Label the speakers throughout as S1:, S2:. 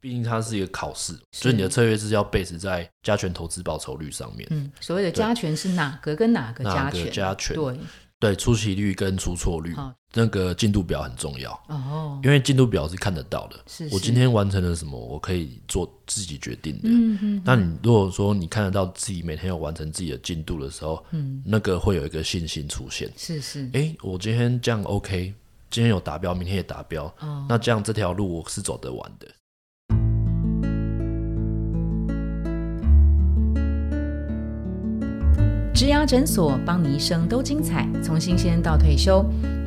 S1: 毕竟它是一个考试，所以你的策略是要 base 在加权投资报酬率上面。
S2: 嗯，所谓的加权是哪个跟哪个加
S1: 哪个
S2: 权？
S1: 加权？
S2: 对，
S1: 对，出席率跟出错率
S2: 好，
S1: 那个进度表很重要，
S2: 哦，
S1: 因为进度表是看得到的。
S2: 是
S1: 我
S2: 是
S1: 今天完成了什么，我可以做自己决定的。
S2: 嗯嗯
S1: 那你如果说你看得到自己每天有完成自己的进度的时候，
S2: 嗯，
S1: 那个会有一个信心出现。
S2: 是是，
S1: 诶，我今天这样 OK，今天有达标，明天也达标，
S2: 哦，
S1: 那这样这条路我是走得完的。
S2: 植牙诊所帮你一生都精彩，从新鲜到退休。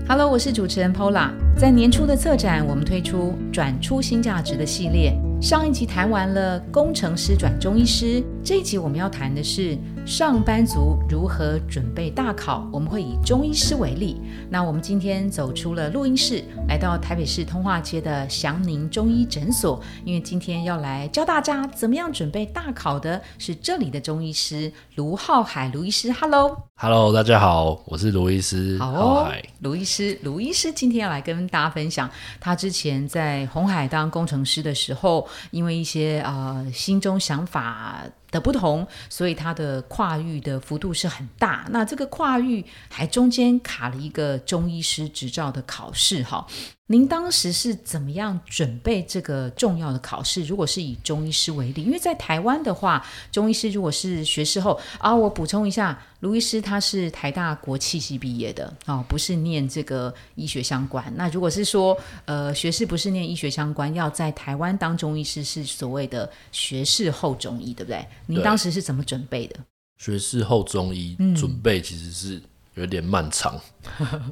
S2: Hello，我是主持人 Pola。在年初的策展，我们推出“转出新价值”的系列。上一集谈完了工程师转中医师，这一集我们要谈的是上班族如何准备大考。我们会以中医师为例。那我们今天走出了录音室，来到台北市通化街的祥宁中医诊所，因为今天要来教大家怎么样准备大考的，是这里的中医师卢浩海卢医师。Hello。
S1: Hello，大家好，我是罗医师，
S2: 好
S1: 浩
S2: 哦
S1: 海，
S2: 卢医师，卢医师今天要来跟大家分享，他之前在红海当工程师的时候，因为一些呃心中想法的不同，所以他的跨域的幅度是很大。那这个跨域还中间卡了一个中医师执照的考试哈。您当时是怎么样准备这个重要的考试？如果是以中医师为例，因为在台湾的话，中医师如果是学士后啊，我补充一下，卢医师他是台大国器系毕业的啊、哦，不是念这个医学相关。那如果是说呃学士不是念医学相关，要在台湾当中医师是所谓的学士后中医，对不对？您
S1: 对
S2: 当时是怎么准备的？
S1: 学士后中医
S2: 嗯
S1: 准备其实是有点漫 长，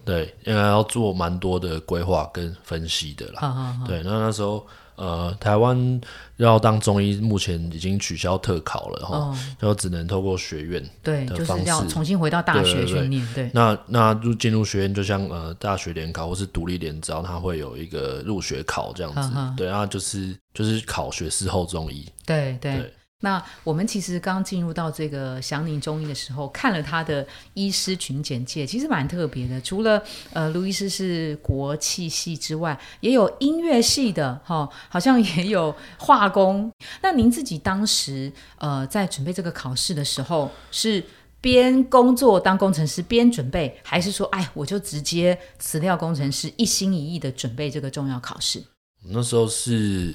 S1: 对，因为要做蛮多的规划跟分析的啦。
S2: 啊啊
S1: 对，那那时候呃，台湾要当中医，目前已经取消特考了哈，
S2: 哦，
S1: 就只能透过学院。
S2: 对，
S1: 的
S2: 就是
S1: 方
S2: 要
S1: 式
S2: 重新回到大
S1: 对
S2: 学
S1: 对对
S2: 去念，哦对，
S1: 那那入进入学院，就像呃大学联考或是独立联招，它会有一个入学考这样子。
S2: 嗯嗯
S1: 对，那就是就是考学士后中医。
S2: 对对。
S1: 对
S2: 那我们其实刚进入到这个祥宁中医的时候，看了他的医师群简介，其实蛮特别的。除了呃，卢医师是国器系之外，也有音乐系的哈、好像也有化工。那您自己当时呃在准备这个考试的时候，是边工作当工程师边准备，还是说哎我就直接辞掉工程师，一心一意的准备这个重要考试？
S1: 那时候是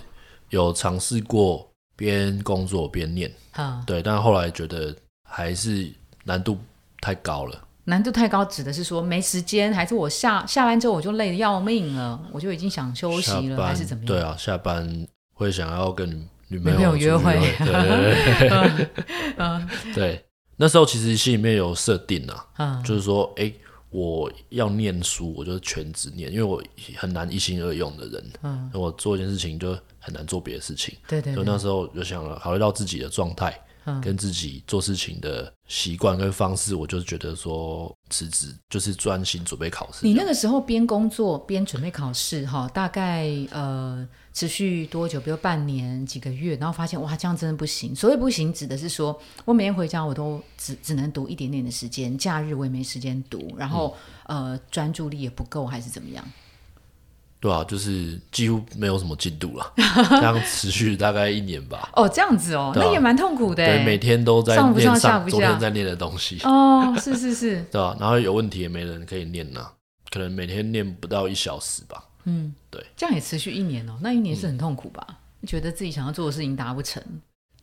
S1: 有尝试过边工作边念，
S2: 啊、
S1: 对，但后来觉得还是难度太高了。
S2: 难度太高，指的是说没时间，还是我下下班之后我就累得要命了，我就已经想休息
S1: 下
S2: 了，
S1: 班
S2: 还是怎么
S1: 对
S2: 样？
S1: 啊，下班会想要跟女女
S2: 朋
S1: 朋友
S2: 友约
S1: 出去
S2: 会
S1: 对对对
S2: 嗯 嗯
S1: 对对。那时候其实心里面有设定啊，
S2: 嗯，
S1: 就是说，哎、我要念书，我就是全职念，因为我很难一心二用的人，
S2: 嗯，
S1: 我做一件事情就很难做别的事情。
S2: 对对
S1: 所以
S2: 对，
S1: 那时候就想了，考虑到自己的状态，
S2: 嗯
S1: 跟自己做事情的习惯跟方式，我就觉得说辞职就是专心准备考试。
S2: 你那个时候边工作边准备考试哈，大概呃持续多久？比如半年、几个月，然后发现哇，这样真的不行。所谓不行，指的是说我每天回家我都只 只能读一点点的时间，假日我也没时间读，然后、呃专注力也不够，还是怎么样？
S1: 对啊，就是几乎没有什么进度 了，这样持续大概一年吧。
S2: 哦，这样子哦，
S1: 对
S2: 那
S1: 啊
S2: 也蛮痛苦的欸。
S1: 对，每天都在
S2: 上不
S1: 念
S2: 上
S1: 上
S2: 下不
S1: 昨
S2: 下
S1: 天在念的东西，
S2: 哦，是是是，
S1: 对啊，然后有问题也没人可以念呐、可能每天念不到一小时吧。
S2: 嗯，
S1: 对，嗯
S2: 这样也持续一年哦，那一年是很痛苦吧？觉得自己想要做的事情达不成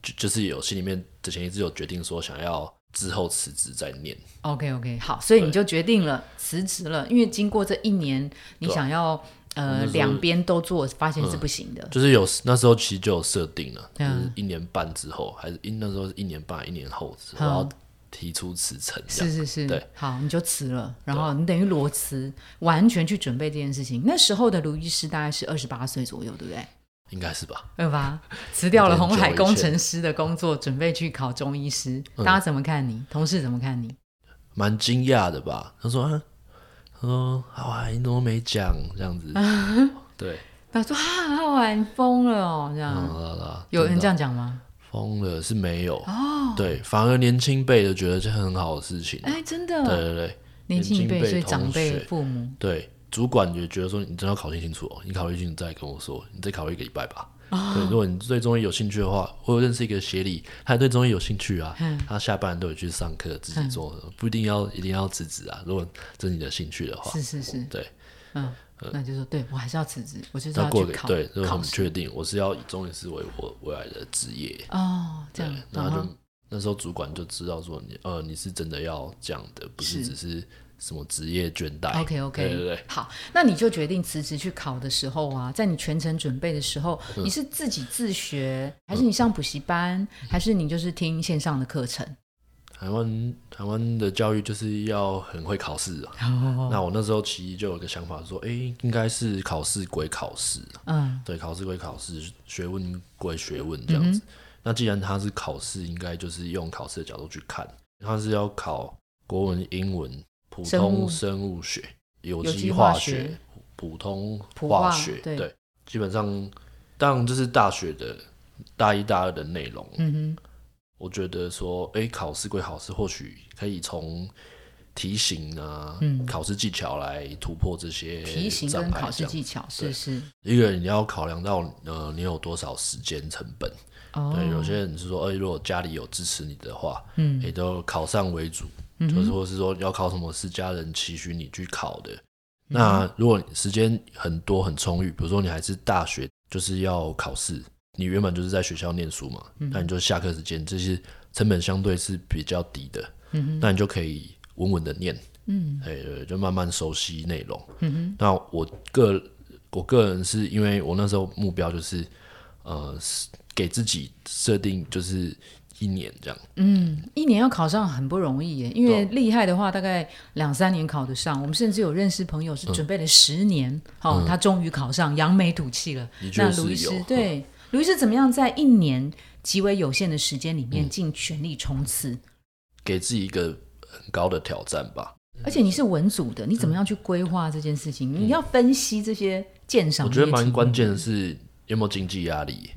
S1: 就就是有心里面之前一直有决定说想要之后辞职再念，
S2: ，OK OK，好，所以你就决定了辞职了，因为经过这一年，你
S1: 对啊
S2: 想要、
S1: 那
S2: 呃
S1: 时候
S2: 两边都做，发现是不行的，
S1: 就是有那时候其实就有设定了，就
S2: 嗯
S1: 是一年半之后，还是一那时候是一年半，一年后之后
S2: 嗯
S1: 我要提出辞呈，这
S2: 是
S1: 样
S2: 是是，
S1: 对，
S2: 好，你就辞了，然后你等于裸辞，完全去准备这件事情。那时候的卢医师大概是二十八岁左右，对不对？
S1: 应该是吧？
S2: 二八辞掉了
S1: 有点
S2: 红海
S1: 久以
S2: 工
S1: 前
S2: 程师的工作，准备去考中医师，
S1: 嗯
S2: 大家怎么看你？同事怎么看你？
S1: 蛮惊讶的吧？他说啊，他说好啊，你怎么没讲这样 子？对，
S2: 他说啊，浩然疯了哦，这样、
S1: 嗯啦啦，
S2: 有
S1: 真
S2: 人
S1: 的
S2: 这样讲吗？
S1: 疯了是没有哦，对，反而年轻辈的觉得这很好的事情，啊
S2: 哎，真
S1: 对
S2: 的，
S1: 对对
S2: 年轻一辈，
S1: 年轻辈
S2: 所以长辈、
S1: 同学
S2: 父母
S1: 对，主管也觉得说你真的要考虑清楚哦，你考虑清楚再跟我说，你再考虑一个礼拜吧。对，如果你对中医有兴趣的话，我有认识一个协理，他也对中医有兴趣啊，
S2: 嗯
S1: 他下班都有去上课，自己做，不一定要一定要辞职啊。如果这是你的兴趣的话，
S2: 是是是，
S1: 对，
S2: 嗯，那就说对我还是要辞职，我就是
S1: 呃那
S2: 要
S1: 过
S2: 去
S1: 个
S2: 考
S1: 对，就
S2: 考
S1: 很
S2: 试
S1: 确定，我是要以中医师为我未来的职业。
S2: 哦，这
S1: 对
S2: 样，，
S1: 然后
S2: 嗯
S1: 就、
S2: 哼
S1: 那时候主管就知道说你呃你是真的要这样的，不是
S2: 是
S1: 只是什么职业倦怠。
S2: OK OK，
S1: 对对对，
S2: 好，那你就决定辞职去考的时候啊，在你全程准备的时候，
S1: 嗯
S2: 你是自己自学，还是你上补习班，
S1: 嗯
S2: 还是你就是听线上的 课程？
S1: 台湾台湾的教育就是要很会考试啊。
S2: 哦嗯
S1: 那我那时候其实就有一个想法说，哎、应该是考试归考试啊，
S2: 嗯，
S1: 对，考试归考试，学问归学问这样子。那既然它是考试，应该就是用考试的角度去看，它是要考国文、英文、普
S2: 生物
S1: 通生物学、有
S2: 有机
S1: 机
S2: 化
S1: 化
S2: 学
S1: 学、普通
S2: 普
S1: 化
S2: 化
S1: 学，
S2: 对
S1: 对，基本上当然就是大学的大一、大二的内容。
S2: 嗯
S1: 我觉得说，哎、考试归考试，或许可以从题型啊、
S2: 嗯
S1: 考试技巧来突破这些
S2: 哼，题型
S1: 障
S2: 跟
S1: 碍。
S2: 考
S1: 这
S2: 试
S1: 样，
S2: 技巧是
S1: 对
S2: 是
S1: 一个你要考量到，呃，你有多少时间成本？
S2: 哦，
S1: 对，有些人是说，哎、如果家里有支持你的话，
S2: 嗯
S1: 也都考上为主，就是或是说要考什么是家人期许你去考的。
S2: 嗯
S1: 那如果时间很多很充裕，比如说你还是大学，就是要考试，你原本就是在学校念书嘛，
S2: 嗯
S1: 那你就下课时间这些成本相对是比较低的，那你就可以稳稳的念，
S2: 嗯
S1: 哎，对就慢慢熟悉内容。
S2: 嗯哼
S1: 那我个我个人是因为我那时候目标就是，呃，是给自己设定就是一年这样。
S2: 嗯，一年要考上很不容易耶，因为
S1: 对啊
S2: 厉害的话大概两三年考得上。我们甚至有认识朋友是准备了十年，哦，他终于考上，扬眉吐气了
S1: 的。确
S2: 那
S1: 嗯是
S2: 卢医师
S1: 有
S2: 对卢医师怎么样在一年极为有限的时间里面尽全力冲刺？
S1: 给自己一个很高的挑战吧。
S2: 而且你是文组的，你怎么样去规划这件事情？你要分析这些鉴赏
S1: 嗯我
S2: 业
S1: 觉
S2: 绩，
S1: 得蛮关键的是有没有经济压力，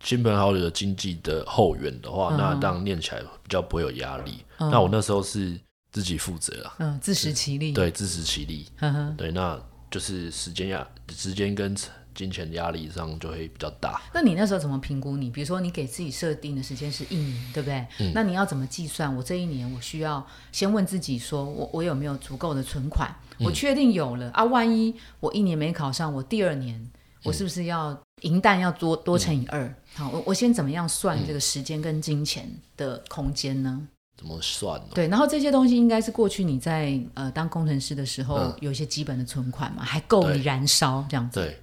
S1: 亲朋好友的经济的后援的话，
S2: 嗯
S1: 那当然念起来比较不会有压力。
S2: 嗯
S1: 那我那时候是自己负责啦，
S2: 嗯，自食其力。，
S1: 对，自食其力，
S2: 呵呵。
S1: 对，那就是时间压、时间跟金钱压力上就会比较大。
S2: 那你那时候怎么评估你？比如说，你给自己设定的时间是一年，对不对？
S1: 嗯
S2: 那你要怎么计算？我这一年我需要先问自己说，我我有没有足够的存款？
S1: 嗯
S2: 我确定有了啊，万一我一年没考上，我第二
S1: 嗯
S2: 年我是不是要银弹要多多乘以二、好，我我先怎么样
S1: 嗯
S2: 算这个时间跟金钱的空间呢？
S1: 怎么算呢？
S2: 对，然后这些东西应该是过去你在呃当工程师的时候、
S1: 嗯
S2: 有一些基本的存款嘛，还够你
S1: 对
S2: 燃烧这样子。
S1: 对，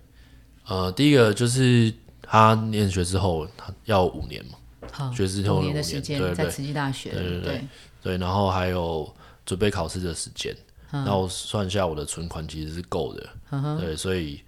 S1: 呃，第一个就是他念学之后，他要五年嘛，
S2: 好，
S1: 学士后
S2: 五
S1: 的
S2: 年的
S1: 五
S2: 时
S1: 年
S2: 间
S1: 对对
S2: 在
S1: 对
S2: 慈济大学，
S1: 对对对对，然后还有准备考试的时间，
S2: 嗯
S1: 然后算一下我的存款其实是够的，
S2: 嗯哼
S1: 对，所以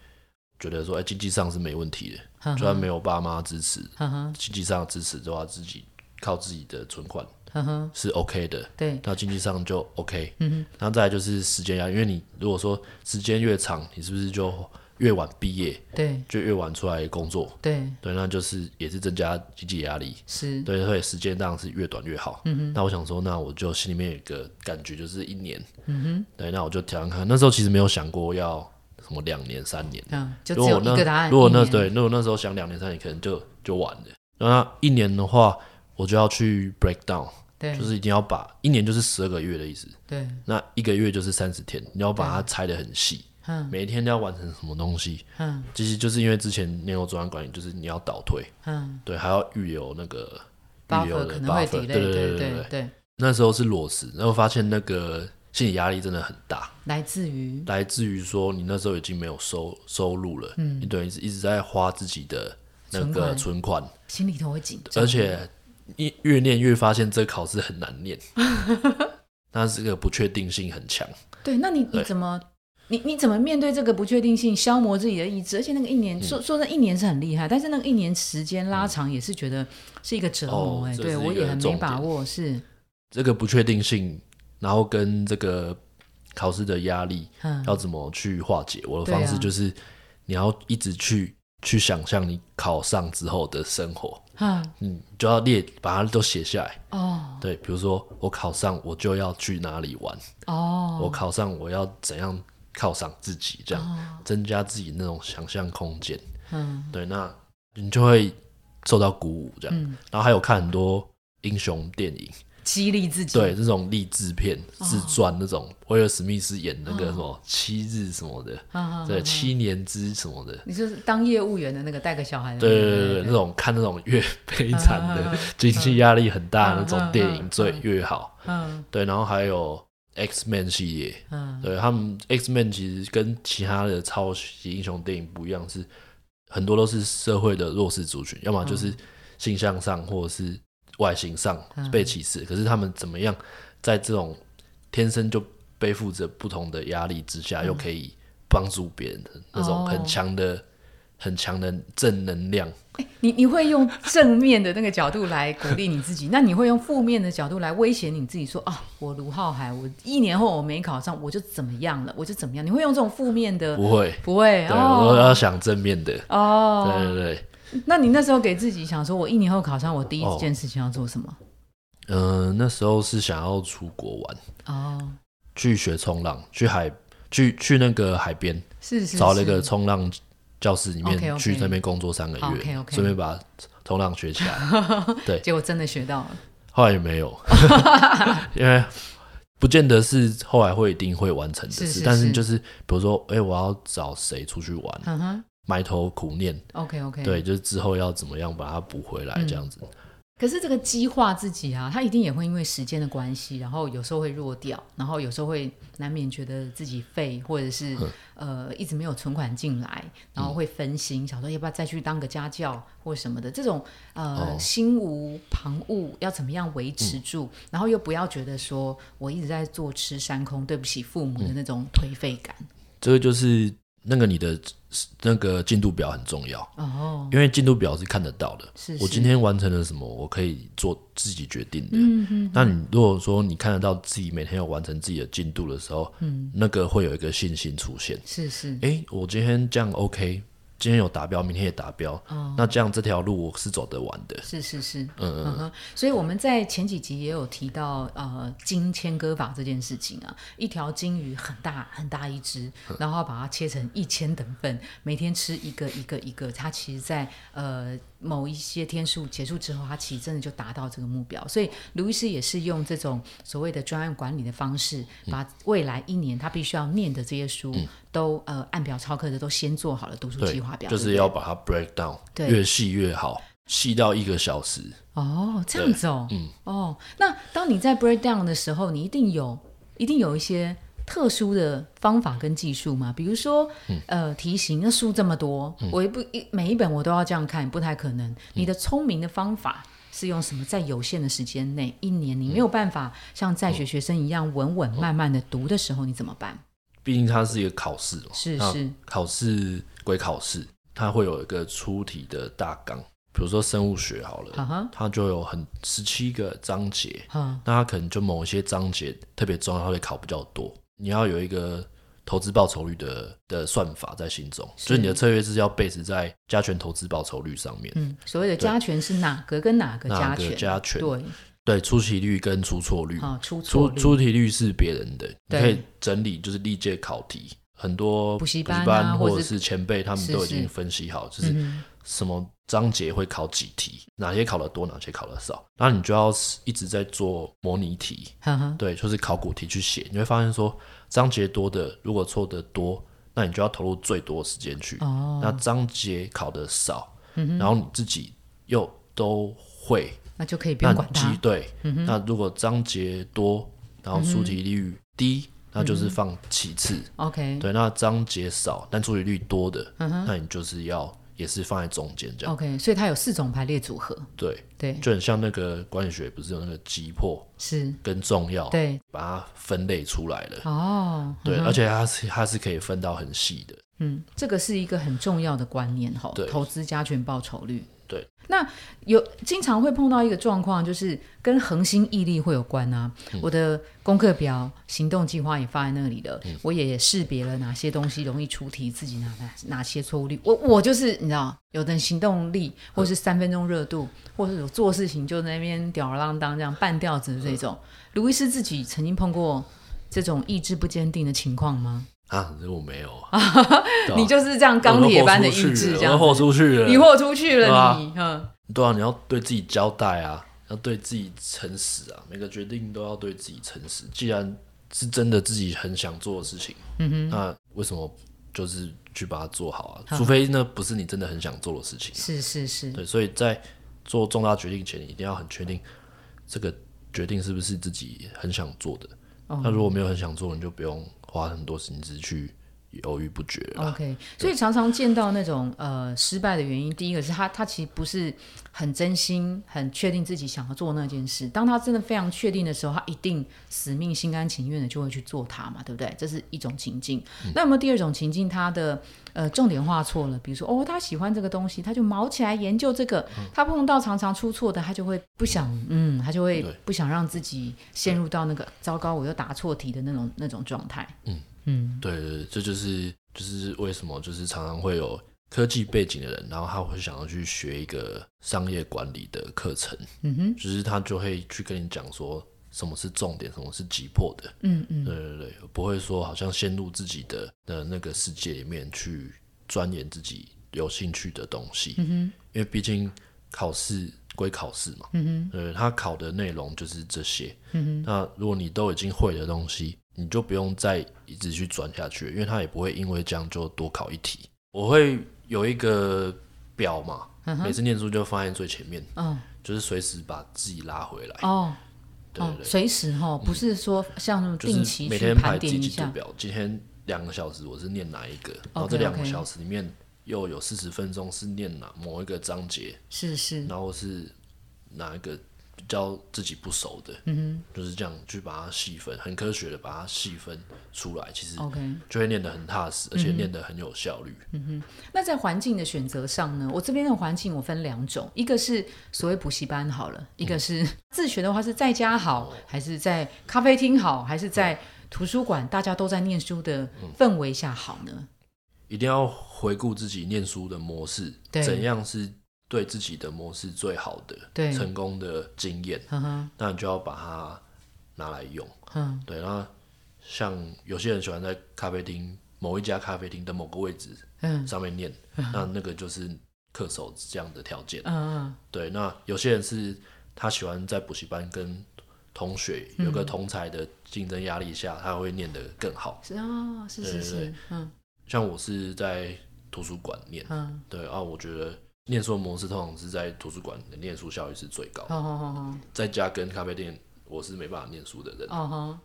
S1: 觉得说，哎、经济上是没问题的，
S2: 嗯
S1: 就算没有爸妈支持，
S2: 呵呵
S1: 经济上的支持的话，自己靠自己的存款
S2: 呵呵，
S1: 是 OK 的，
S2: 对，
S1: 那经济上就 OK。嗯那再来就是时间压力，因为你如果说时间越长，你是不是就越晚毕业，
S2: 对
S1: 就越晚出来工作？
S2: 对
S1: 对，那就是也是增加经济压力。
S2: 是，
S1: 对，所以时间当然是越短越好。嗯哼。那我想说，那我就心里面有一个感觉，就是一年。嗯哼。对，那我就挑战看。那时候其实没有想过要什么两年、三年。
S2: 嗯，就
S1: 如
S2: 只
S1: 果
S2: 有
S1: 我那
S2: 一个答案。
S1: 如果那
S2: 一年，
S1: 对，如果那时候想两年、三年，可能就就晚了。那一年的话，我就要去 break down，
S2: 对
S1: 就是一定要把一年就是十二个月的意思。
S2: 对，
S1: 那一个月就是三十天，你要
S2: 啊
S1: 把它拆得很细，
S2: 嗯
S1: 每一天都要完成什么东西。
S2: 嗯
S1: 其实就是因为之前念过中央管理，就是你要倒退，
S2: 嗯
S1: 对，还要预留那个预留的
S2: ，buffer 可能会
S1: buffer，对
S2: delay，
S1: 对
S2: 对
S1: 对
S2: 对对，
S1: 那时候是裸辞，然后发现那个心理压力真的很大，
S2: 来自于
S1: 来自于说你那时候已经没有收收入了，嗯，你等于是一直在花自己的那个存款，
S2: 心里头会紧张，
S1: 而且越越念越发现这考试很难念，那这个不确定性很强。
S2: 对，那你你
S1: 对
S2: 怎么？你你怎么面对这个不确定性，消磨自己的意志？而且那个一
S1: 嗯
S2: 年，说说那一年是很厉害，但是那个一年时间拉长也是觉得是一个折磨
S1: 哦
S2: 哎、
S1: 这
S2: 对
S1: 是一
S2: 我
S1: 个
S2: 也很没
S1: 重
S2: 把
S1: 点
S2: 握，是
S1: 这个不确定性，然后跟这个考试的压力
S2: 嗯
S1: 要怎么去化解？我的
S2: 对啊
S1: 方式就是你要一直去去想象你考上之后的生活，
S2: 啊
S1: 你就要列把它都写下来。
S2: 哦
S1: 对，比如说我考上，我就要去哪里玩；
S2: 哦，
S1: 我考上，我要怎样
S2: 哦
S1: 犒赏自己，这样、增加自己那种想象空间。
S2: 嗯
S1: 对，那你就会受到鼓舞这样。
S2: 嗯，
S1: 然后还有看很多英雄电影，
S2: 激励自己。
S1: 对这种励志片、
S2: 哦
S1: 自传那种，威尔史密斯演那个什么七日什么的，
S2: 啊，啊
S1: 对
S2: 啊
S1: 七年之什么的，
S2: 你就是当业务员的那个带个小孩的那
S1: 对
S2: 个，
S1: 对对对，那种看那种越悲惨
S2: 嗯嗯
S1: 的
S2: 嗯、
S1: 经济压力很大的那种电
S2: 嗯嗯
S1: 影
S2: 嗯
S1: 最
S2: 嗯
S1: 越好。
S2: 嗯
S1: 对，然后还有 X Man 系列，
S2: 嗯
S1: 对他们 X Man 其实跟其他的超级英雄电影不一样，是很多都是社会的弱势族群，要么就是性向上或者是外形上
S2: 嗯
S1: 被歧视，可是他们怎么样在这种天生就背负着不同的压力之下，又可以帮助别人的那种
S2: 嗯哦
S1: 很强的、很强的正能量。
S2: 你你会用正面的那个角度来鼓励你自己，那你会用负面的角度来威胁你自己说 啊，我卢浩海，我一年后我没考上，我就怎么样了，我就怎么样？你会用这种负面的？
S1: 不会，
S2: 不会
S1: 对、我都
S2: 哦
S1: 要想正面的。对
S2: 哦，
S1: 对对，
S2: 那你那时候给自己想说，我一年后考上，我第一件事情要做什么？
S1: 嗯、那时候是想要出国玩，
S2: 哦，
S1: 去学冲浪，去海，去去那个海边，
S2: 是是
S1: 找了一个
S2: 是
S1: 冲浪教室里面
S2: OK，OK
S1: 去那边工作三个月，顺
S2: OK，OK
S1: 便把冲浪学起来。
S2: 结果真的学到了，
S1: 后来也没有， 因为不见得是后来会一定会完成的事，
S2: 是是
S1: 但是
S2: 是
S1: 就是比如说，哎、我要找谁出去玩，
S2: 嗯哼
S1: 埋头苦念，
S2: ，OK OK，
S1: 对，就是之后要怎么样把它补回
S2: 嗯
S1: 来，这样子。
S2: 可是这个激化自己啊，他一定也会因为时间的关系，然后有时候会弱掉，然后有时候会难免觉得自己废，或者是呃一直没有存款进来，然后会分心，想说要不要再去当个家教或什么的。这种呃、
S1: 哦
S2: 心无旁骛，要怎么样维持住？然后又不要觉得说我一直在坐吃山空，对不起父母的那种颓废感。
S1: 这个就是那个你的那个进度表很重要，
S2: 哦，
S1: 因为进度表是看得到的。
S2: 是
S1: 我
S2: 是
S1: 今天完成了什么，我可以做自己决定的。
S2: 嗯嗯
S1: 那你如果说你看得到自己每天有完成自己的进度的时候，
S2: 嗯，
S1: 那个会有一个信心出现。
S2: 是是
S1: 诶，我今天这样 OK，今天有达标，明天也达标，
S2: 哦
S1: 那这样这条路我是走得完的。
S2: 是是是，
S1: 嗯
S2: 嗯哼，所以我们在前几集也有提到，呃，金切割法这件事情啊，一条金鱼很大很大一只，
S1: 嗯
S2: 然后把它切成一千等份，每天吃一个一个一个，它其实在呃某一些天数结束之后，它其实真的就达到这个目标。所以卢医师也是用这种所谓的专案管理的方式，
S1: 嗯
S2: 把未来一年他必须要念的这些书。都呃按表操课的都先做好了读书计
S1: 对
S2: 划，表，
S1: 就
S2: 对不
S1: 是
S2: 对
S1: 要把它 break down，
S2: 对
S1: 越细越好，细到一个小时。
S2: 哦，这样子哦，哦，那当你在 breakdown 的时候，你一定有一定有一些特殊的方法跟技术嘛？比如说，呃，题型那书这么多，我也不一每一本我都要这样看，不太可能。你的聪明的方法。是用什么在有限的时间内，一年你没有办法像在学学生一样稳稳慢慢的读的时候，你怎么办？
S1: 毕竟它是一个考试嘛，
S2: 是
S1: 那
S2: 是
S1: 考试归考试，它会有一个出题的大纲，比如说生物学好了，
S2: 啊哈，
S1: 它就有很十七个章节，
S2: 哈，
S1: 那它可能就某一些章节特别重要，它会考比较多。你要有一个投资报酬率的的算法在心中，
S2: 是
S1: 就是你的策略是要 base 在加权投资报酬率上面，
S2: 嗯，所谓的加权是哪个跟哪个
S1: 哪
S2: 加
S1: 个
S2: 权？
S1: 加权？
S2: 对，
S1: 对，出题率跟出错率，
S2: 啊，出错
S1: 出
S2: 率
S1: 出题率是别人的，你
S2: 对
S1: 可以整理就是历届考题，很多
S2: 补习班啊
S1: 班,、
S2: 或
S1: 或
S2: 者
S1: 者
S2: 是
S1: 是前辈他们
S2: 是
S1: 都已经
S2: 是
S1: 分析好，就
S2: 嗯
S1: 是
S2: 哼
S1: 什么章节会考几题，哪些考的多，哪些考的少，那你就要一直在做模拟题，
S2: 哈哈，
S1: 对，就是考古题去写，你会发现说章节多的如果错的多，那你就要投入最多时间去，
S2: 哦，嗯
S1: 那章节考的少，然后你自己又都会，
S2: 那就可以不
S1: 那你
S2: 用管嗯它
S1: 记。对，那如果章节多，然
S2: 嗯
S1: 后出题率低，那就是放其次。
S2: OK
S1: 对，那章节少但出题率多的，
S2: 嗯哦
S1: 那你就是要也是放在中间这样。
S2: OK，所以它有四种排列组合，
S1: 对，
S2: 对，
S1: 就很像那个管理学不是有那个急迫
S2: 是，
S1: 跟重要，
S2: 对，
S1: 把它分类出来了。
S2: 哦，
S1: 对，而且它是它是可以分到很细的。
S2: 嗯，这个是一个很重要的观念哈
S1: 对，
S2: 投资加权报酬率。
S1: 对，
S2: 那有经常会碰到一个状况，就是跟恒心毅力会有关啊。
S1: 嗯
S2: 我的功课表、行动计划也放在那里
S1: 嗯
S2: 了，我也识别了哪些东西容易出题，自己哪哪哪些错误率。我我就是你知道，有的人行动力，或
S1: 嗯
S2: 是三分钟热度，或是有做事情就在那边吊儿郎当这样半
S1: 嗯
S2: 吊子的这种。卢医师自己曾经碰过这种意志不坚定的情况吗？
S1: 啊，可是我没有啊，对啊
S2: 你就是这样钢铁般的意志，这样
S1: 我都豁出去了，
S2: 你豁出去
S1: 对
S2: 了
S1: 啊
S2: 你，嗯，
S1: 对啊，你要对自己交代啊，要对自己诚实啊，每个决定都要对自己诚实。既然是真的自己很想做的事情，嗯哼，那为什么就是去把它做好啊？除非那不是你真的很想做的事情啊、
S2: 是是是，
S1: 对，所以在做重大决定前，你一定要很确定这个决定是不是自己很想做的。那如果没有很想做，你就不用花很多心思去犹豫不决了啦。
S2: OK，所以常常见到那种呃失败的原因，第一个是他他其实不是很真心、很确定自己想要做那件事。当他真的非常确定的时候，他一定死命、心甘情愿的就会去做它嘛，对不对？这是一种情境。那有没有第二种情境，他的呃重点画错了？比如说哦，他喜欢这个东西，他就毛起来研究这个。他碰到常常出错的，他就会不想，嗯，他就会
S1: 对
S2: 不想让自己陷入到那个糟糕，我又答错题的那种那种状态。嗯
S1: 对对对，这就是就是为什么就是常常会有科技背景的人，然后他会想要去学一个商业管理的课程，
S2: 嗯哼，
S1: 就是他就会去跟你讲说什么是重点，什么是急迫的。
S2: 嗯嗯。
S1: 对对对，不会说好像陷入自己的的那个世界里面去钻研自己有兴趣的东西。嗯哼，因为毕竟考试归考试嘛。嗯哼，呃，他考的内容就是这些。嗯哼，那如果你都已经会的东西，你就不用再一直去钻下去了，因为他也不会因为这样就多考一题。我会有一个表嘛，每次念书就放在最前面，
S2: 嗯，
S1: 就是随时把自己拉回来。
S2: 哦，
S1: 对对嗯
S2: 哦，随时哈、不是说像那种
S1: 就是
S2: 定期
S1: 每
S2: 去
S1: 天
S2: 盘
S1: 排
S2: 点
S1: 自
S2: 一
S1: 己进
S2: 下
S1: 度，表，今天两个小时我是念哪一个，然后这两个小时里面又有四十分钟是念哪某一个章节，
S2: 是是，
S1: 然后是哪一个比较自己不熟的，嗯哼，就是这样去把它细分，很科学的把它细分出来，其实
S2: OK 嗯
S1: 就会念得很踏实，而且念得很有效率。
S2: 那在环境的选择上呢，我这边的环境我分两种，一个是所谓补习班好
S1: 嗯
S2: 了，一个是 自学的话是在家好，还是在咖啡厅好，还是在图书馆大家都在念书的氛围下好呢？
S1: 嗯一定要回顾自己念书的模式，
S2: 对
S1: 怎样是对自己的模式最好的，
S2: 对嗯
S1: 成功的经验，
S2: 呵呵，
S1: 那你就要把它拿来用。
S2: 嗯，
S1: 对，那像有些人喜欢在咖啡厅某一家咖啡厅的某个位置
S2: 嗯
S1: 上面 念，那那个就是恪守这样的条件。
S2: 嗯
S1: 对，那有些人是他喜欢在补习班跟同学有
S2: 嗯
S1: 个同才的竞争压力下，他会念得更好。
S2: 是啊，是是
S1: 对
S2: 是，嗯
S1: 像我是在图书馆念，
S2: 嗯，
S1: 对啊，我觉得念书的模式通常是在图书馆的念书效率是最高，
S2: 好好好好，
S1: 在家跟咖啡店我是没办法念书的人。
S2: 哦吼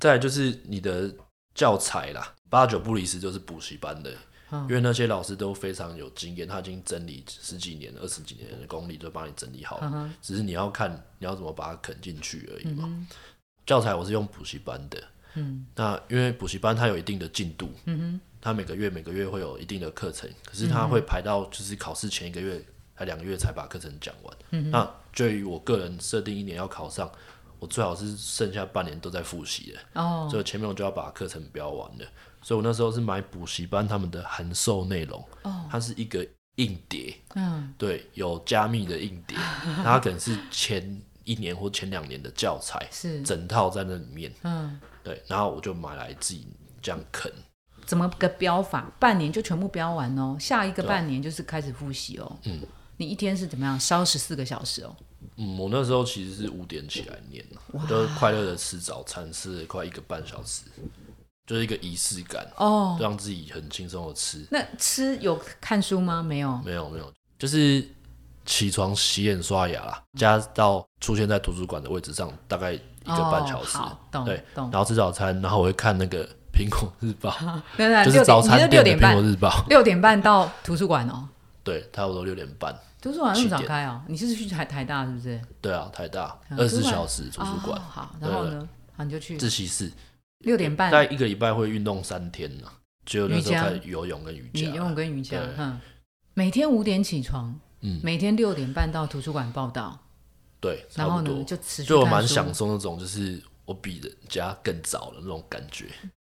S1: 再来就是你的教材啦，八九不离十就是补习班的，
S2: 嗯
S1: 因为那些老师都非常有经验，他已经整理十几年、二十几年的功力都帮你整理好了，
S2: 嗯哼
S1: 只是你要看你要怎么把它啃进去而已嘛。教材我是用补习班的，
S2: 嗯
S1: 那因为补习班它有一定的进度，
S2: 嗯哼，嗯
S1: 它每个月每个月会有一定的课程，可是它会排到就是考试前一个月还两个月才把课程讲完。
S2: 嗯
S1: 那对于我个人设定一年要考上，我最好是剩下半年都在复习的。
S2: 哦，
S1: 所以前面我就要把课程标完了。所以我那时候是买补习班他们的函授内容，
S2: 哦
S1: 它是一个硬碟，
S2: 嗯
S1: 对，有加密的硬碟，它可能是前一年或前两年的教材，
S2: 是，
S1: 整套在那里面，
S2: 嗯。
S1: 对，然后我就买来自己这样啃，
S2: 怎么个标法？半年就全部标完哦，下
S1: 啊
S2: 一个半年就是开始复习哦。嗯，你一天是怎么样烧十四个小时哦？
S1: 嗯，我那时候其实是五点起来念的，我就快乐的吃早餐，吃了快一个半小时，就是一个仪式感，
S2: 哦，
S1: 让自己很轻松的吃，
S2: 那吃有看书吗？没有。
S1: 没有没有，就是起床、洗脸、刷牙啦，加到出现在图书馆的位置上，大概一个半小时。
S2: 哦、好，懂
S1: 对，
S2: 懂
S1: 然。后吃早餐，然后我会看那个《苹果日 报》
S2: 对对，
S1: 就是
S2: 六点
S1: 早餐
S2: 你就六
S1: 店的
S2: 点
S1: 《苹果
S2: 半，
S1: 日报》
S2: 六点半到图书馆哦。
S1: 对，差不多六点半。
S2: 图书馆那么
S1: 七
S2: 早
S1: 点
S2: 开哦？你是去台台大是不是？
S1: 对啊，台大
S2: 嗯
S1: 二十四小时图书馆、
S2: 哦嗯好，然后
S1: 对
S2: 呢？好，你就去
S1: 自习室，
S2: 六点
S1: 大
S2: 半
S1: 概一个礼拜会运动三天呢、只有那时候
S2: 瑜伽
S1: 开始游泳跟瑜
S2: 你
S1: 伽
S2: 游泳
S1: 啦。
S2: 跟瑜伽
S1: 对，
S2: 嗯，每天五点起床，
S1: 嗯
S2: 每天六点半到图书馆报道，
S1: 对，
S2: 然
S1: 差不
S2: 后呢
S1: 多。
S2: 就持续
S1: 就我
S2: 看
S1: 蛮
S2: 书
S1: 享受那种，就是我比人家更早的那种感觉。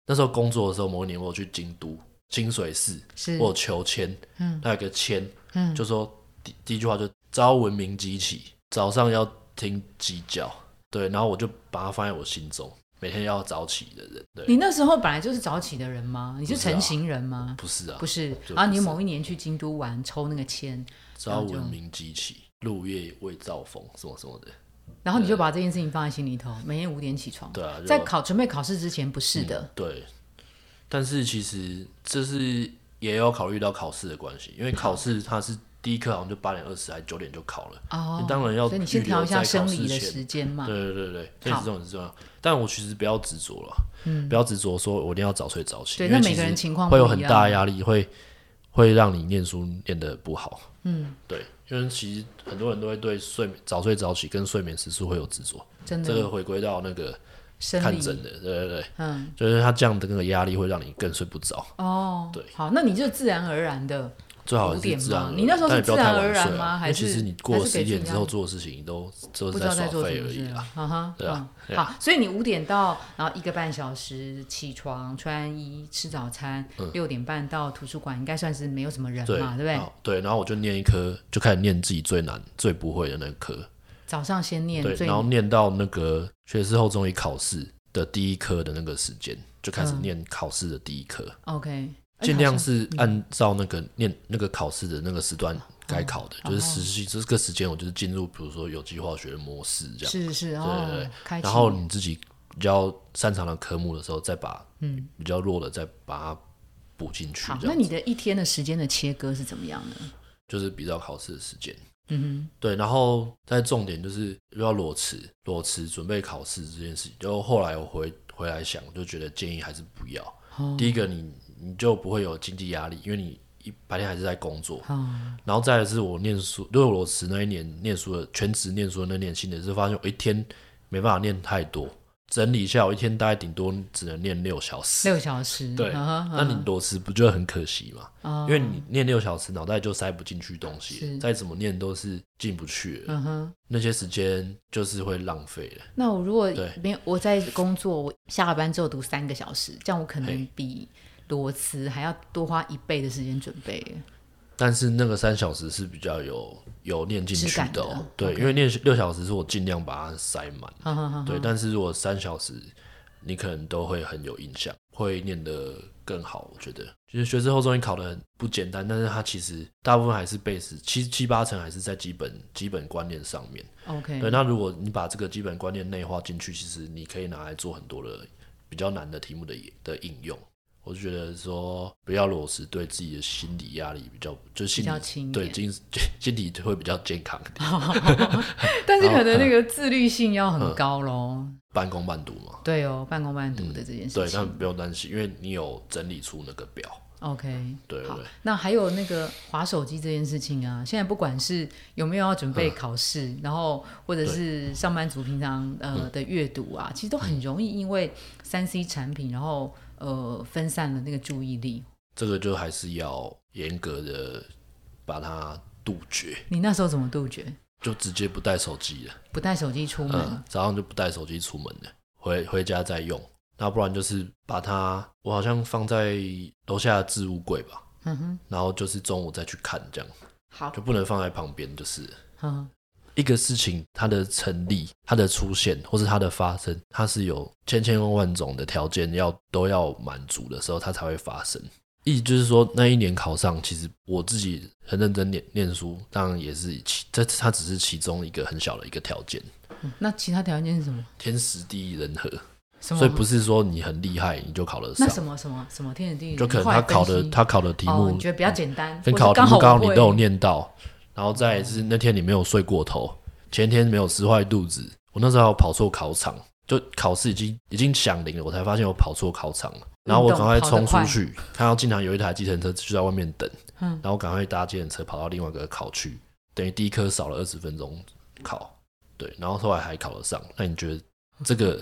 S1: 那时候工作的时候，某一年我有去京都清水寺，
S2: 是
S1: 我有求签，
S2: 嗯，
S1: 那有个签，
S2: 嗯
S1: 就说第第一句话就朝闻鸣鸡起，早上要听鸡叫，对，然后我就把它放在我心中，每天要早起的人，对，
S2: 你那时候本来就是早起的人吗？你是
S1: 不是啊
S2: 成型人吗？
S1: 不是啊，
S2: 不是
S1: 就
S2: 啊，
S1: 不
S2: 你
S1: 是
S2: 某一年去京都玩，抽那个签，啊
S1: 朝闻明即起，入夜未兆逢，什么什么的，
S2: 然后你就把这件事情放在心里头，每天五点起床。
S1: 对啊，就
S2: 在考准备考试之前，不是的，
S1: 对，但是其实这是也要考虑到考试的关系，因为考试它是第一课好像就八点二十还九点就考了，
S2: 哦
S1: 嗯你当然要
S2: 所以你先
S1: 预留
S2: 调一下
S1: 在
S2: 生
S1: 考
S2: 理
S1: 试
S2: 的
S1: 前
S2: 时间嘛。
S1: 对对对对，这
S2: 好
S1: 是重很重要。但我其实不要执着了，不要执着说我一定要早睡早起，
S2: 嗯对
S1: 因为
S2: 那
S1: 其
S2: 每个
S1: 实
S2: 人情况
S1: 会有
S2: 不一
S1: 很
S2: 样
S1: 大压力，会会让你念书念得不好。嗯，对，因为其实很多人都会对睡眠早睡早起跟睡眠时数会有执着，
S2: 真
S1: 这
S2: 的
S1: 个回归到那个
S2: 生
S1: 看
S2: 理
S1: 诊的，对对对，
S2: 嗯
S1: 就是他这样的那个压力会让你更睡不着，
S2: 哦，
S1: 对
S2: 好，那你就自然而然的
S1: 最好
S2: 五
S1: 还是
S2: 点
S1: 自然
S2: 吗
S1: 而
S2: 你那时候
S1: 但
S2: 是
S1: 也不要太
S2: 自然
S1: 晚
S2: 而然
S1: 睡啊
S2: 吗
S1: 因
S2: 还
S1: 为其实
S2: 是
S1: 你
S2: 还
S1: 过了
S2: 是
S1: 十
S2: 给
S1: 一
S2: 自己
S1: 点之
S2: 压
S1: 后
S2: 力
S1: 做的事情都都
S2: 不
S1: 是
S2: 知道
S1: 耍
S2: 在做什
S1: 废
S2: 么
S1: 而
S2: 事
S1: 已啦。
S2: 啊哈，
S1: 对啊
S2: 嗯
S1: 对啊
S2: 好，所以你五点到，然后一个半小时起床、穿衣、吃早餐，六点半到图书馆，应该算是没有什么人
S1: 嗯对，
S2: 嘛，对不对
S1: 然？后对，然后我就念一科，就开始念自己最难、最不会的那个科，
S2: 早上先念
S1: 对，
S2: 最
S1: 然后念到那个学士后中医考试的第一科的那个时间，就开始念考试的第一科，
S2: OK，哎
S1: 尽
S2: 好
S1: 量
S2: 像哦
S1: 是按照那个念那个考试的那个时段该考的，就是实习这个时间，我就是进入比如说有机化学的模式这样，
S2: 是是是
S1: 对对
S2: 哦
S1: 对，
S2: 开启
S1: 然后你自己比较擅长的科目的时候，再把嗯比较弱的再把它补进去
S2: 好，，
S1: 这
S2: 那
S1: 样
S2: 你的一天的时间的切割是怎么样的？
S1: 就是比较考试的时间。
S2: 嗯
S1: 对，然后再重点就是又要裸辞，裸辞准备考试这件事情。就后来我回回来想，就觉得建议还是不要。
S2: 哦
S1: 第一个你你就不会有经济压力，因为你一白天还是在工作。
S2: 哼，哦，
S1: 然后再来是我念书，因为我裸辞那一年念书的全职念书的那年薪也是发现我一天没办法念太多，整理一下我一天大概顶多只能念六小时。
S2: 六小时，
S1: 对，
S2: 嗯哼
S1: 那你裸辞不就很可惜吗？
S2: 哦
S1: 因为你念六小时，脑袋就塞不进去东西
S2: 是
S1: 了，再怎么念都是进不去了。
S2: 嗯哼，
S1: 那些时间就是会浪费了。
S2: 那我如果
S1: 对
S2: 没有我在工作，我下了班之后读三个小时，这样我可能
S1: 嘿
S2: 比裸辞还要多花一倍的时间准备。
S1: 但是那个三小时是比较有有念进去的、
S2: 质感
S1: 哦
S2: 的，
S1: 对，因为念六小时是我尽量把它塞满，
S2: 哈哈哈。
S1: 对。但是如果三小时，你可能都会很有印象，会念得更好。我觉得，其实学士后中医考得很不简单，但是它其实大部分还是 base 七七八成还是在基本基本观念上面。
S2: OK，
S1: 对，那如果你把这个基本观念内化进去，其实你可以拿来做很多的比较难的题目的也的应用。我就觉得说，不要裸辞，对自己的心理压力比较，就是心
S2: 比较
S1: 理
S2: 轻一
S1: 对
S2: 点
S1: 精 心理会比较健康一点，
S2: 但是可能那
S1: 嗯
S2: 个自律性要很高喽。
S1: 半工半读嘛。
S2: 对哦，半工半读的这件事
S1: 嗯对，
S2: 情。
S1: 但不用担心，因为你有整理出那个表。
S2: OK，
S1: 对对
S2: 好
S1: 对，
S2: 那还有那个划手机这件事情啊，现在不管是有没有要准备
S1: 嗯
S2: 考试，然后或者是上班族平常呃
S1: 嗯
S2: 的阅读啊，其实都很容易因为三 C 产品，然后呃分散了那个注意力。
S1: 这个就还是要严格的把它杜绝，
S2: 你那时候怎么杜绝？
S1: 就直接不带手机了。
S2: 不带手机出门？
S1: 嗯，早上就不带手机出门了，回回家再用。那不然就是把它，我好像放在楼下的置物柜吧，
S2: 嗯哼，
S1: 然后就是中午再去看，这样
S2: 好，
S1: 就不能放在旁边。就是
S2: 嗯，
S1: 一个事情，它的成立、它的出现或是它的发生，它是有千千万万种的条件要都要满足的时候，它才会发生。意思就是说，那一年考上，其实我自己很认真念念书，当然也是其这它只是其中一个很小的一个条件，
S2: 那其他条件是什么？
S1: 天时地利人和。
S2: 什么？
S1: 所以不是说你很厉害你就考得上
S2: 那，什么什么什么天时地利人
S1: 就
S2: 和，
S1: 可能
S2: 后来
S1: 他考的
S2: 分析
S1: 他考的题
S2: 哦，
S1: 目
S2: 你觉得比较简单，
S1: 跟
S2: 或者
S1: 考的
S2: 刚
S1: 题目
S2: 好
S1: 刚好
S2: 我
S1: 你
S2: 会嗯
S1: 都有念到，然后再来是那天你没有睡过头，前天没有吃坏肚子，我那时候还有跑错考场，就考试已经已经响铃了，我才发现我跑错考场了。然后我赶
S2: 运动
S1: 快
S2: 跑得
S1: 冲出
S2: 快
S1: 去，看到竟然有一台计程车就在外面等，
S2: 嗯
S1: 然后赶快搭计程车跑到另外一个考区，等于第一科少了二十分钟考，对，然后后来还考得上。那你觉得这 个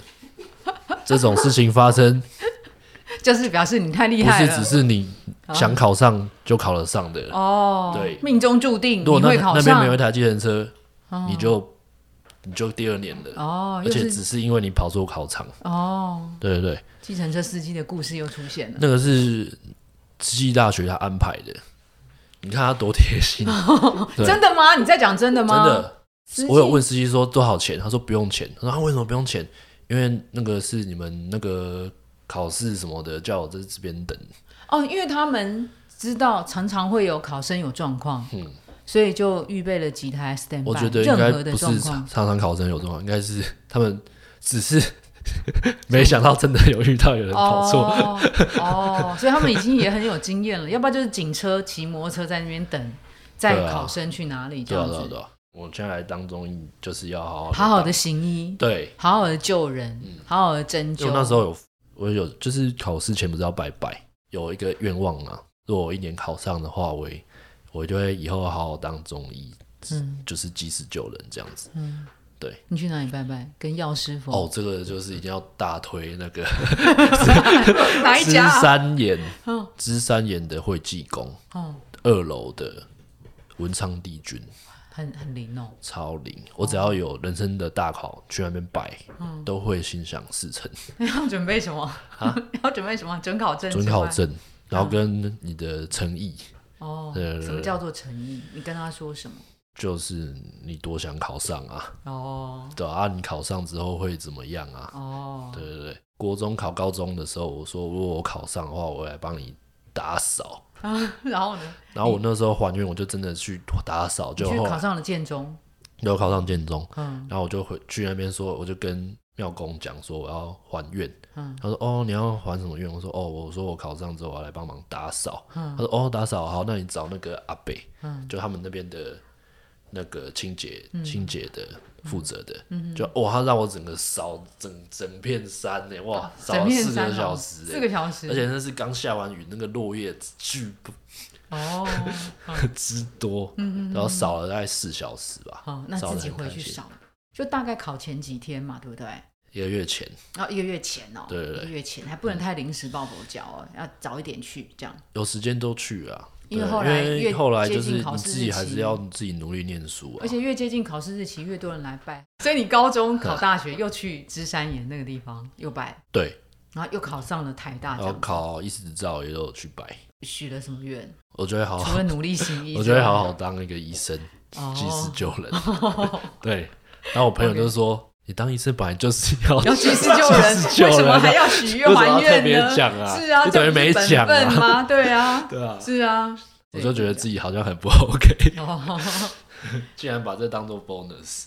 S1: 这种事情发生，
S2: 就是表示你太厉
S1: 不
S2: 害
S1: 是
S2: 了。
S1: 只是你想考上就考得上的。
S2: 哦，
S1: 对
S2: 命中注定
S1: 如果
S2: 你
S1: 那
S2: 会考
S1: 那边
S2: 上
S1: 没有一台计程车，
S2: 哦
S1: 你就你就第二年了，
S2: 哦，
S1: 而
S2: 又
S1: 且
S2: 是
S1: 只是因为你跑错考场。
S2: 哦，
S1: 对对对，
S2: 计程车司机的故事又出现了。
S1: 那个是慈济大学他安排的，你看他多贴 心，
S2: 哦
S1: 对
S2: 真的吗？你在讲真的
S1: 真
S2: 吗？
S1: 的。
S2: 真
S1: 我有问司机说多少钱，他说不用钱。他说他、啊、为什么不用钱？因为那个是你们那个考试什么的，叫我在这边等。
S2: 哦，因为他们知道常常会有考生有状况，所以就预备了几台 stand by，
S1: 我觉得应该
S2: 任何的
S1: 不
S2: 状
S1: 是常
S2: 况。
S1: 常常考生有状况，应该是他们只是 没想到真的有遇到有人跑错。
S2: 哦哦，所以他们已经也很有经验了，要不 然就是警车骑摩托车在那边等，
S1: 对
S2: 载
S1: 啊
S2: 考生去哪里这
S1: 对啊
S2: 样
S1: 对啊
S2: 子，
S1: 对啊，我现在来当中医就是要好好
S2: 好好
S1: 打
S2: 的行医，
S1: 对，
S2: 好好的救人，
S1: 嗯
S2: 好好的针
S1: 因
S2: 灸
S1: 为。那时候有我有就是考试前不是要拜拜，有一个愿望啊，如果我一年考上的话，我也我就会以后好好当中医，
S2: 嗯
S1: 就是及时救人这样子。
S2: 嗯，
S1: 对，
S2: 你去哪里拜拜？跟药师傅？
S1: 哦，这个就是一定要大推那 个
S2: 哪一
S1: 芝
S2: 家啊？
S1: 山岩
S2: 嗯，
S1: 芝山岩的会济宫
S2: 哦，
S1: 二楼的文昌帝君。
S2: 很很灵哦。
S1: 超灵！我只要有人生的大考去那边拜，
S2: 嗯
S1: 都会心想事成。
S2: 要准备什么？ 要准备什么？准考证？
S1: 啊准考？证，
S2: 嗯
S1: 然后跟你的诚意，
S2: 哦，
S1: 对对对
S2: 什么叫做诚意？你跟他说什么？
S1: 就是你多想考上啊，
S2: 哦
S1: 对啊，你考上之后会怎么样啊？
S2: 哦，
S1: 对对对，国中考高中的时候，我说如果我考上的话，我来帮你打扫。
S2: 哦 然后呢？
S1: 然后我那时候还愿，我就真的去打扫，
S2: 你
S1: 就
S2: 去
S1: 后
S2: 考
S1: 来
S2: 上了建中，
S1: 有考上建中，
S2: 嗯，
S1: 然后我就回去那边说，我就跟庙公讲说我要还愿，
S2: 嗯
S1: 他说哦你要还什么愿？我说哦我说我考上之后我要来帮忙打扫，
S2: 嗯
S1: 他说哦打扫好，那你找那个阿北，就他们那边的那个清洁、
S2: 嗯
S1: 清洁的负责的，就哦他让我整个扫整整片山呢，哇扫
S2: 整
S1: 了
S2: 片
S1: 四
S2: 山
S1: 个
S2: 哦
S1: 小时
S2: 四
S1: 欸，
S2: 个小时，
S1: 而且那是刚下完雨，那个落叶巨
S2: 哦，
S1: 之多，
S2: 嗯
S1: 然后扫了大概四小时吧，
S2: 好，那
S1: 扫
S2: 自
S1: 得
S2: 己
S1: 很
S2: 回
S1: 开
S2: 去
S1: 心
S2: 扫，就大概考前几天嘛，对不对？
S1: 一个月前。
S2: 然后一个月前哦，
S1: 对对对嗯
S2: 一个月前还不能太临时抱佛脚哦，要早一点去这样。
S1: 有时间都去啊，
S2: 因为
S1: 对
S2: 后来
S1: 因为
S2: 越
S1: 后来
S2: 接
S1: 就是
S2: 近
S1: 你
S2: 考
S1: 自
S2: 试
S1: 己
S2: 日
S1: 还是
S2: 期
S1: 要自己努力念书啊
S2: 而。且越接近考试日期，越多人来拜，所以你高中考大学又去芝山岩那个地方又拜，
S1: 对，
S2: 然后又考上了台大，
S1: 然
S2: 啊这
S1: 后
S2: 样
S1: 哦考医师执照也都有去拜，
S2: 许了什么愿？
S1: 我就会好
S2: 除
S1: 好，
S2: 了努力行医
S1: 哦
S2: 之外，
S1: 我就会好好当一个医生，
S2: 哦
S1: 及时救 人。对，然后我朋友就说：“你当医生本来就是 要
S2: 要及时救 人，
S1: 及时救
S2: 为什么
S1: 人
S2: 还
S1: 啊。
S2: 要许愿
S1: 为什么要
S2: 还
S1: 特别
S2: 愿呢？
S1: 讲啊
S2: 是啊，
S1: 就等于没讲啊
S2: 这不是本分吗？对 啊，
S1: 对啊，
S2: 是啊，
S1: 我就觉得自己好像很不 OK，
S2: 哦，
S1: 竟然把这当做 bonus。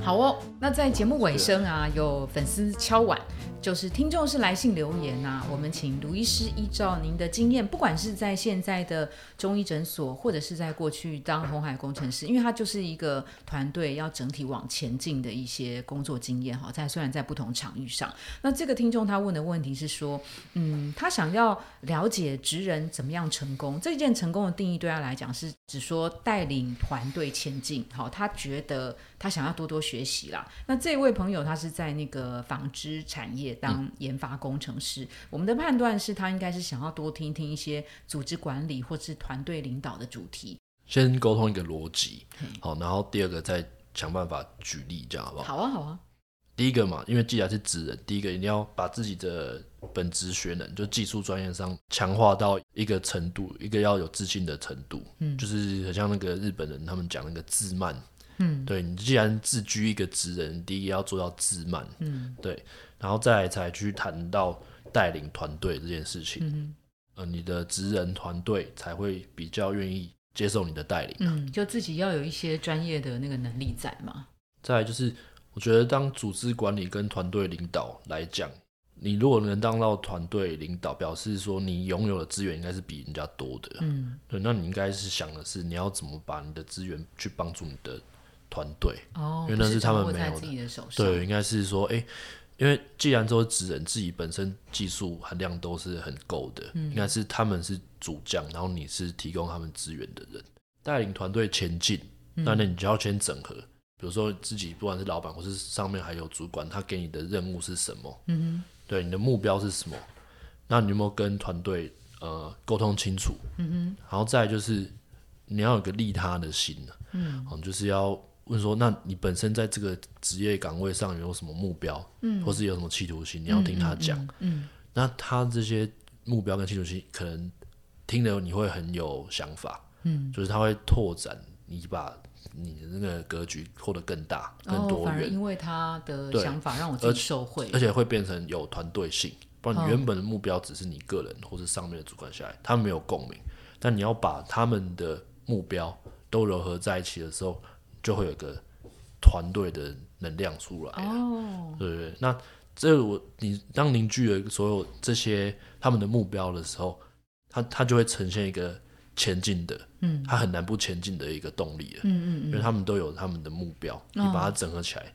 S2: 好哦，那在节目尾声啊，有粉丝敲碗，就是听众是来信留言啊，我们请卢医师依照您的经验，不管是在现在的中医诊所，或者是在过去当红海工程师，因为它就是一个团队要整体往前进的一些工作经验哈，在虽然在不同场域上，那这个听众他问的问题是说，嗯，他想要了解职人怎么样成功。这件成功的定义对他来讲是只说带领团队前进。好，他觉得他想要多多学习啦。那这位朋友他是在那个纺织产业当研发工程师，我们的判断是他应该是想要多听听一些组织管理或是团队领导的主题。
S1: 先沟通一个逻辑，
S2: 嗯
S1: 好，然后第二个再想办法举例，这样好不好？
S2: 好啊，好啊，
S1: 第一个嘛，因为既然是职人，第一个一定要把自己的本职学能，就技术专业上强化到一个程度，一个要有自信的程度。嗯，就是很像那个日本人他们讲那个自慢。
S2: 嗯，
S1: 对你既然自居一个职人，第一个要做到自慢，
S2: 嗯
S1: 对，然后再来才去谈到带领团队这件事情。
S2: 嗯
S1: 呃，你的职人团队才会比较愿意接受你的带领。
S2: 嗯，就自己要有一些专业的那个能力在嘛。
S1: 再来就是，我觉得当组织管理跟团队领导来讲，你如果能当到团队领导，表示说你拥有的资源应该是比人家多的。
S2: 嗯，
S1: 对，那你应该是想的是你要怎么把你的资源去帮助你的团队。
S2: 哦，
S1: 因为那
S2: 不
S1: 是他们
S2: 掌握在
S1: 没有的
S2: 自己的手上。
S1: 对，应该是说，哎、因为既然都是职人，自己本身技术含量都是很够的，
S2: 嗯
S1: 应该是他们是主将，然后你是提供他们资源的人，带领团队前进。
S2: 嗯
S1: 那那你就要先整合，比如说自己不管是老板或是上面还有主管，他给你的任务是什么？嗯对，你的目标是什么？那你有没有跟团队呃沟通清楚？嗯哼，然后再来就是你要有个利他的心呢、嗯，哦，就是要问说，那你本身在这个职业岗位上有什么目标？嗯，或是有什么企图心？你要听他讲、嗯那他这些目标跟企图心，可能听了你会很有想法。嗯，就是他会拓展你把你的那个格局扩得更大、更
S2: 哦，
S1: 多
S2: 反而
S1: 元，
S2: 因为他的
S1: 对
S2: 想法让我自己受惠
S1: 而。且会变成有团队性。不然
S2: 哦
S1: 你原本的目标只是你个人或是上面的主管下来，他们没有共鸣，但你要把他们的目标都糅合在一起的时候，就会有一个团队的能量出来啊。
S2: 哦，
S1: 对对，对那这我你当凝聚了所有这些他们的目标的时候，他他就会呈现一个前进的，嗯，他很难不前进的一个动力了，嗯哦嗯因为他们都有他们的目标，你把它整合起来，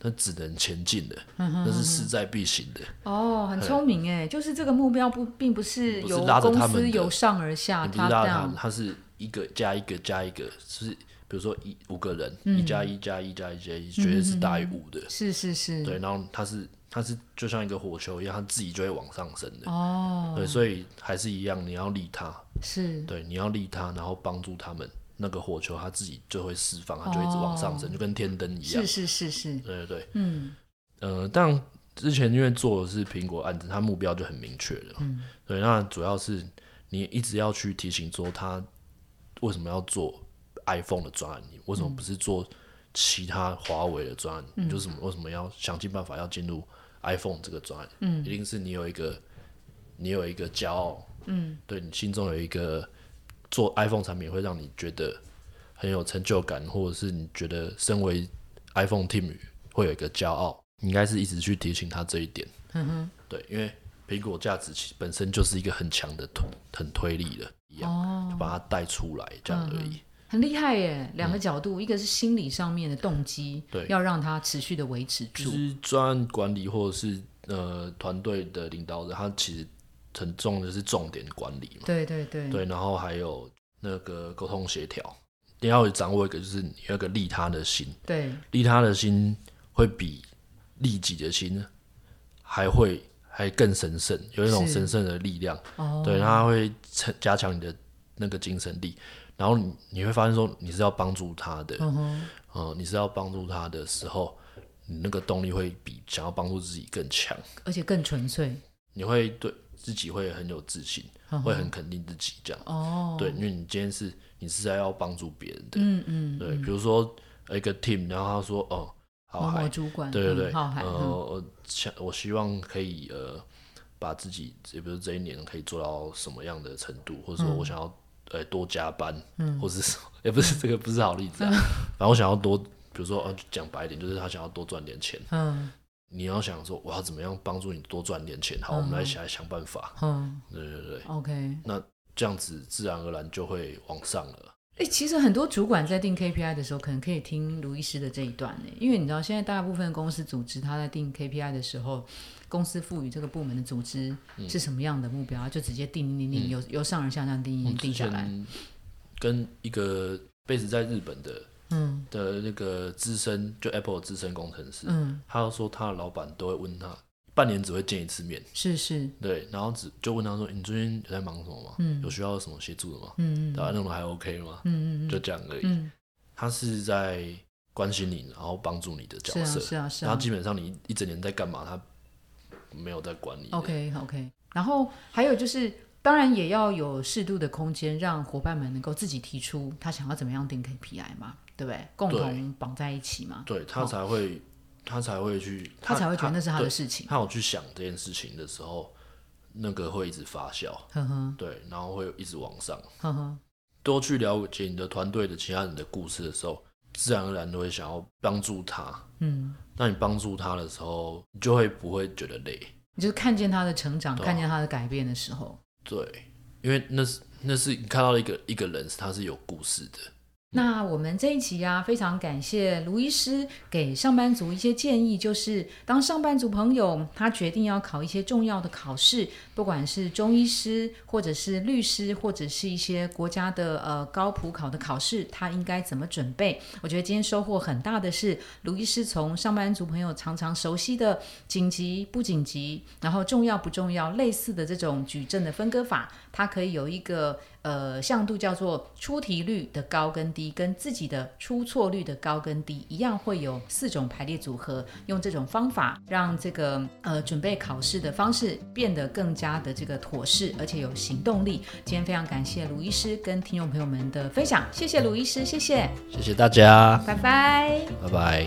S1: 那只能前进的，那是势在必行的，
S2: 哦，很聪明哎，就是这个目标不，并不是
S1: 不是
S2: 由
S1: 拉着
S2: 公
S1: 他们
S2: 司
S1: 的
S2: 由上而下，
S1: 你不是
S2: 这
S1: 拉他
S2: 样，
S1: 他是一个加一个加一个，是比如说一五个人，一加一加一加一加一，绝对是大于五的，
S2: 是是是，
S1: 对，然后他是他是就像一个火球一样，他自己就会往上升的。
S2: 哦，
S1: 对，所以还是一样，你要利他，
S2: 是
S1: 对，你要利他，然后帮助他们，那个火球它自己就会释放，它就一直往上升，就跟天灯一样
S2: 哦是。是是是，
S1: 对对对，
S2: 嗯，
S1: 呃，但之前因为做的是苹果案子，它目标就很明确了。嗯，对，那主要是你一直要去提醒说，他为什么要做 iPhone 的专案，你为什么不是做其他华为的专案？你就是什么为什么要想尽办法要进入 iPhone 这个专案？嗯，一定是你有一个你有一个骄傲，嗯，对你心中有一个做 iPhone 产品会让你觉得很有成就感，或者是你觉得身为 iPhone team 会有一个骄傲，你应该是一直去提醒他这一点。
S2: 嗯哼，
S1: 对，因为苹果价值其本身就是一个很强的推很推力的，一样、
S2: 哦嗯
S1: 就，把它带出来这样而已。
S2: 很厉害耶，两个角度，一个是心理上面的动机，
S1: 对
S2: 要让它持续的维持
S1: 就
S2: 住，
S1: 是专案管理或者是呃团队的领导人，他其实很重的是重点管理嘛。
S2: 对对对，
S1: 对，然后还有那个沟通协调，你要有掌握一个就是你有一个利他的心，
S2: 对
S1: 利他的心会比利己的心还会还更神圣，有一种
S2: 是
S1: 神圣的力量。
S2: 哦，
S1: 对，它会成加强你的那个精神力，然后你你会发现说你是要帮助他的，
S2: 嗯哼，
S1: 呃，你是要帮助他的时候，你那个动力会比想要帮助自己更强，
S2: 而且更纯粹，
S1: 你会对自己会很有自信，
S2: 嗯哼
S1: 会很肯定自己这样。
S2: 哦，
S1: 对，因为你今天是你是在要帮助别人的，
S2: 嗯嗯，
S1: 对，比如说呃一个 team，然后他说哦，好
S2: 某
S1: 嗨
S2: 某，主管，
S1: 对对对，
S2: 嗯浩海，
S1: 呃，
S2: 嗯
S1: 我想我希望可以呃，把自己也不是这一年可以做到什么样的程度，或者
S2: 嗯
S1: 说我想要、呃多加班，嗯，或是什么，也、不是这个不是好例
S2: 嗯
S1: 子啊， 反正我想要多，比如说呃讲白一点，就是他想要多赚点钱，
S2: 嗯
S1: 你要想说我要怎么样帮助你多赚点钱，好，我们来想想办法，
S2: 嗯
S1: 对对对，
S2: ，OK。
S1: 这样子自然而然就会往上了，
S2: 哎、其实很多主管在定 KPI 的时候，可能可以听卢医师的这一段呢，因为你知道，现在大部分公司组织他在定 KPI 的时候，公司赋予这个部门的组织
S1: 嗯
S2: 是什么样的目标，他就直接定定定定，由由上而下这样定嗯定
S1: 之
S2: 定下来。
S1: 前跟一个 base 在日本的
S2: 嗯
S1: 的那个资深就 Apple 的资深工程师，
S2: 嗯，
S1: 他说他的老板都会问他，半年只会见一次面，
S2: 是是，
S1: 对，然后只就问他说，你最近有在忙什么吗？
S2: 嗯
S1: 有需要什么协助的吗？
S2: 嗯
S1: 对啊，弄得还 OK 吗？
S2: 嗯嗯
S1: 就这样而已。
S2: 嗯，
S1: 他是在关心你，然后帮助你的角
S2: 是啊
S1: 色，
S2: 是啊是
S1: 然
S2: 啊
S1: 后。基本上你一整年在干嘛，他没有在管你的。
S2: OK OK，然后还有就是，当然也要有适度的空间，让伙伴们能够自己提出他想要怎么样定 KPI 嘛，对不对？共
S1: 对
S2: 同绑在一起嘛，
S1: 对他才会，他才会去，
S2: 哦他才会觉得那是他的
S1: 对
S2: 事情。
S1: 他有去想这件事情的时候，那个会一直发酵，
S2: 呵呵
S1: 对，然后会一直往上。
S2: 呵呵，
S1: 多去了解你的团队的其他人的故事的时候，自然而然都会想要帮助他。
S2: 嗯，
S1: 那你帮助他的时候，你就会不会觉得累？
S2: 你就是看见他的成长，
S1: 对啊
S2: 看见他的改变的时候，
S1: 对，因为那是那是你看到一个一个人，他是有故事的。
S2: 那我们这一期啊，非常感谢卢医师给上班族一些建议，就是当上班族朋友他决定要考一些重要的考试，不管是中医师，或者是律师，或者是一些国家的呃高普考的考试，他应该怎么准备？我觉得今天收获很大的是，卢医师从上班族朋友常常熟悉的紧急不紧急，然后重要不重要类似的这种矩阵的分割法，它可以有一个。呃呃向度叫做出题率的高跟低，跟自己的出错率的高跟低一样，会有四种排列组合。用这种方法，让这个呃准备考试的方式变得更加的这个妥适，而且有行动力。今天非常感谢卢医师跟听众朋友们的分享，谢谢卢医师，谢谢，
S1: 谢谢大家，
S2: 拜拜。
S1: 拜拜。